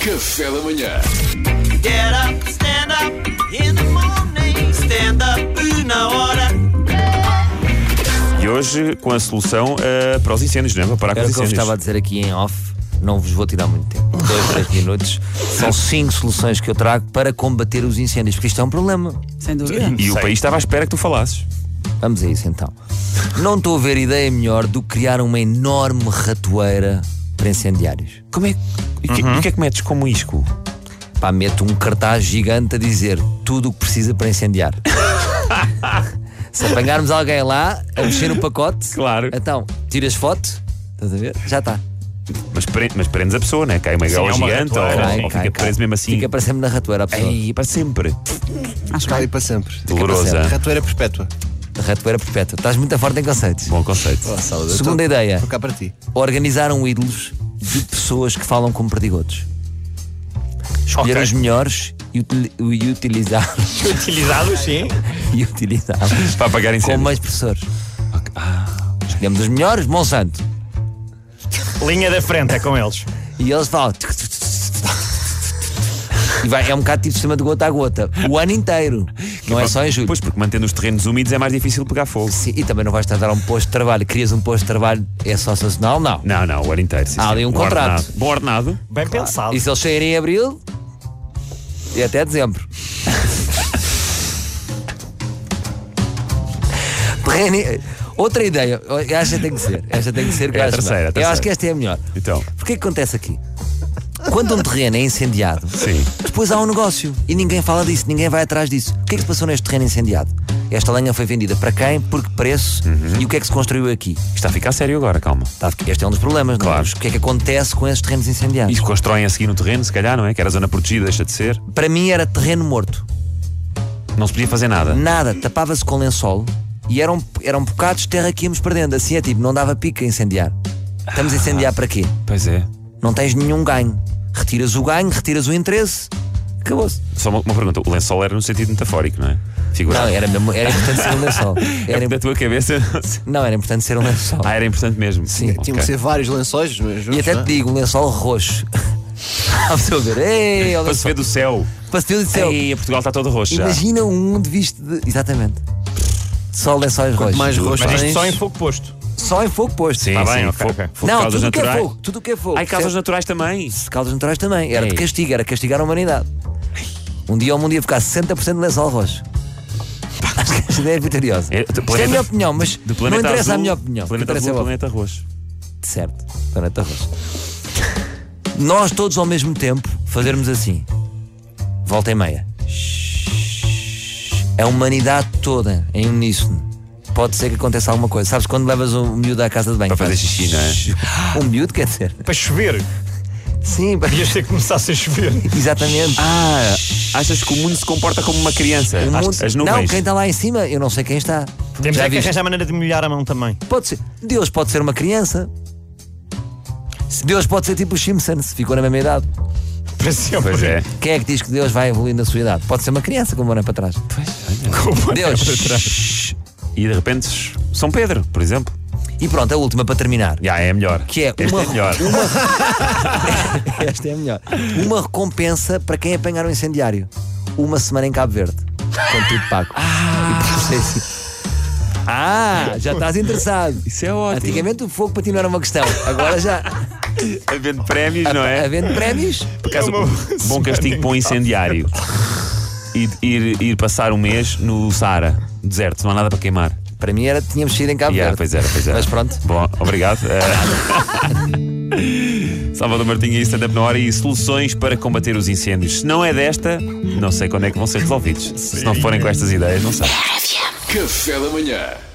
Café da manhã. Get up, stand up in the morning. Stand up na hora. E hoje com a solução eh, para os incêndios, não é? Para parar com Era os o que eu incêndios. vos estava a dizer aqui em off, não vos vou tirar muito tempo. Dois, três minutos. São cinco soluções que eu trago para combater os incêndios, porque isto é um problema. Sem dúvida. E o país estava à espera que tu falasses. Vamos a isso então. Não estou a ver ideia melhor do que criar uma enorme ratoeira para incendiários. Como é que. E que- e o que é que metes como isco? Pá, meto um cartaz gigante a dizer tudo o que precisa para incendiar. Se apanharmos alguém lá a mexer no pacote, Claro. então tiras foto, estás a ver? Já está. Mas, pre- mas prendes a pessoa, né? Cai uma Sim, gaiola é uma gigante ou, ratoeira. ou Cai, fica cai, cai. preso mesmo assim. Fica para sempre na ratoeira a pessoa. Ei, para sempre. Acho Cai bem. para sempre. Dolorosa. Ratoeira perpétua. Ratoeira perpétua. Estás muito forte em conceitos. Bom conceito. Oh, Salvador, Segunda tô- ideia. Vou cá para ti. organizaram ídolos de pessoas que falam como perdigotos. Escolheram os melhores e, util- e utilizaram Utilizados, sim. e utilizaram Para apagar incêndios. como mais professores. Ah, Escolhemos os melhores, Monsanto. Linha da frente é com eles. E eles falam. E vai, é um bocado tipo sistema de gota a gota. O ano inteiro. Não é só em julho. Pois, porque mantendo os terrenos úmidos é mais difícil pegar fogo. Sim, e também não vais tratar um posto de trabalho. Crias um posto de trabalho, é só sazonal? Não. Não, não, o ano inteiro. sim, Há sim. ali um contrato. ordenado. Bom ordenado. Bem pensado. E se eles saírem em abril? E até dezembro. Terreni- Outra ideia, esta tem que ser. Esta tem que ser que É a eu acho terceira, bem. a Eu terceira. acho que esta é a melhor. Então. Porque é que acontece aqui? Quando um terreno é incendiado, Sim. depois há um negócio e ninguém fala disso, ninguém vai atrás disso. O que é que se passou neste terreno incendiado? Esta lenha foi vendida para quem, por que preço Uhum. e o que é que se construiu aqui? Isto Está a ficar sério agora, calma. Tá, porque Este é um dos problemas, não é? Claro. O que é que acontece com esses terrenos incendiados? E constroem a seguir no terreno, se calhar, não é? Que era zona protegida, deixa de ser. Para mim era terreno morto. Não se podia fazer nada. Nada, tapava-se com lençol e eram, eram bocados de terra que íamos perdendo. Assim é tipo, não dava pica a incendiar. Estamos a incendiar para quê? Pois é. Não tens nenhum ganho. Retiras o ganho, retiras o interesse, acabou-se. Só uma, uma pergunta. O lençol era no sentido metafórico, não é? Não, Figurado. era, mesmo- era importante ser um lençol. É Era, porque da im- tua cabeça. não, era importante ser um lençol. Ah, era importante mesmo. Sim. Ok. Tinham que ser vários lençóis. mas E até te digo, um lençol roxo. A pessoa ver, ei, olha Para se ver do céu. pastel de céu. Ei, Portugal está todo roxo já. Imagina um de visto de. Exatamente. Só lençóis roxos. mais roxo Mas isto tens- só em fogo posto. Só em fogo posto. Sim, Está bem, sim. ok, fogo, ok. fogo de não, causas tudo o que é naturais. Ah, fogo, tudo o que é fogo. Ai, causas Percebes? naturais também. de caldas naturais também. Era de Ei. castigo, era castigar a humanidade. Um dia ao mundo ia ficar 60% de lençol roxo. Acho que esta ideia é vitoriosa. É, do Isto é planeta- a minha opinião, mas Do não planeta interessa azul, a minha opinião. do O que Planeta interessa azul, é o- do planeta roxo. Certo, planeta roxo. Nós todos ao mesmo tempo fazermos assim. Volta e meia. A humanidade toda em uníssono. Pode ser que aconteça alguma coisa. Sabes quando levas um miúdo à casa de banho? Para fazer xixi, não é? Um miúdo, quer dizer? Para chover. Sim, para- Devias ter que começasse a chover. exatamente. Ah, achas que o mundo se comporta como uma criança? O As- mundo- As Não, nuvens. quem tá- está lá em cima, eu não sei quem está. Temos Já é que viste? arranjar a maneira de molhar a mão também. Pode ser. Deus pode ser uma criança. Deus pode ser tipo os Simpsons, ficou na mesma idade. Para sempre. Pois é. Quem é que diz que Deus vai evoluir na sua idade? Pode ser uma criança com o ano para trás. um Deus. E de repente São Pedro, por exemplo. E pronto, a última para terminar. Já é melhor. Que é Este uma- é melhor. Esta é a melhor. Uma recompensa para quem apanhar um incendiário. Uma semana em Cabo Verde. Com tudo pago. Ah, ah já estás interessado. Isso é ótimo. Antigamente o fogo para ti não era uma questão. Agora já. Havendo prémios, não é? Havendo prémios. Por acaso, É uma- bom castigo para um incendiário. E de- ir, ir passar um mês no Saara, deserto, não há nada para queimar. Para mim era tínhamos saído em Cabo Yeah, pois Verde. é. era, pois era. Mas pronto. Bom, obrigado. Eh, Salvador Martinho e stand-up na hora e soluções para combater os incêndios. Se não é desta, não sei quando é que vão ser resolvidos. Se não forem com estas ideias, não sei. Café da manhã.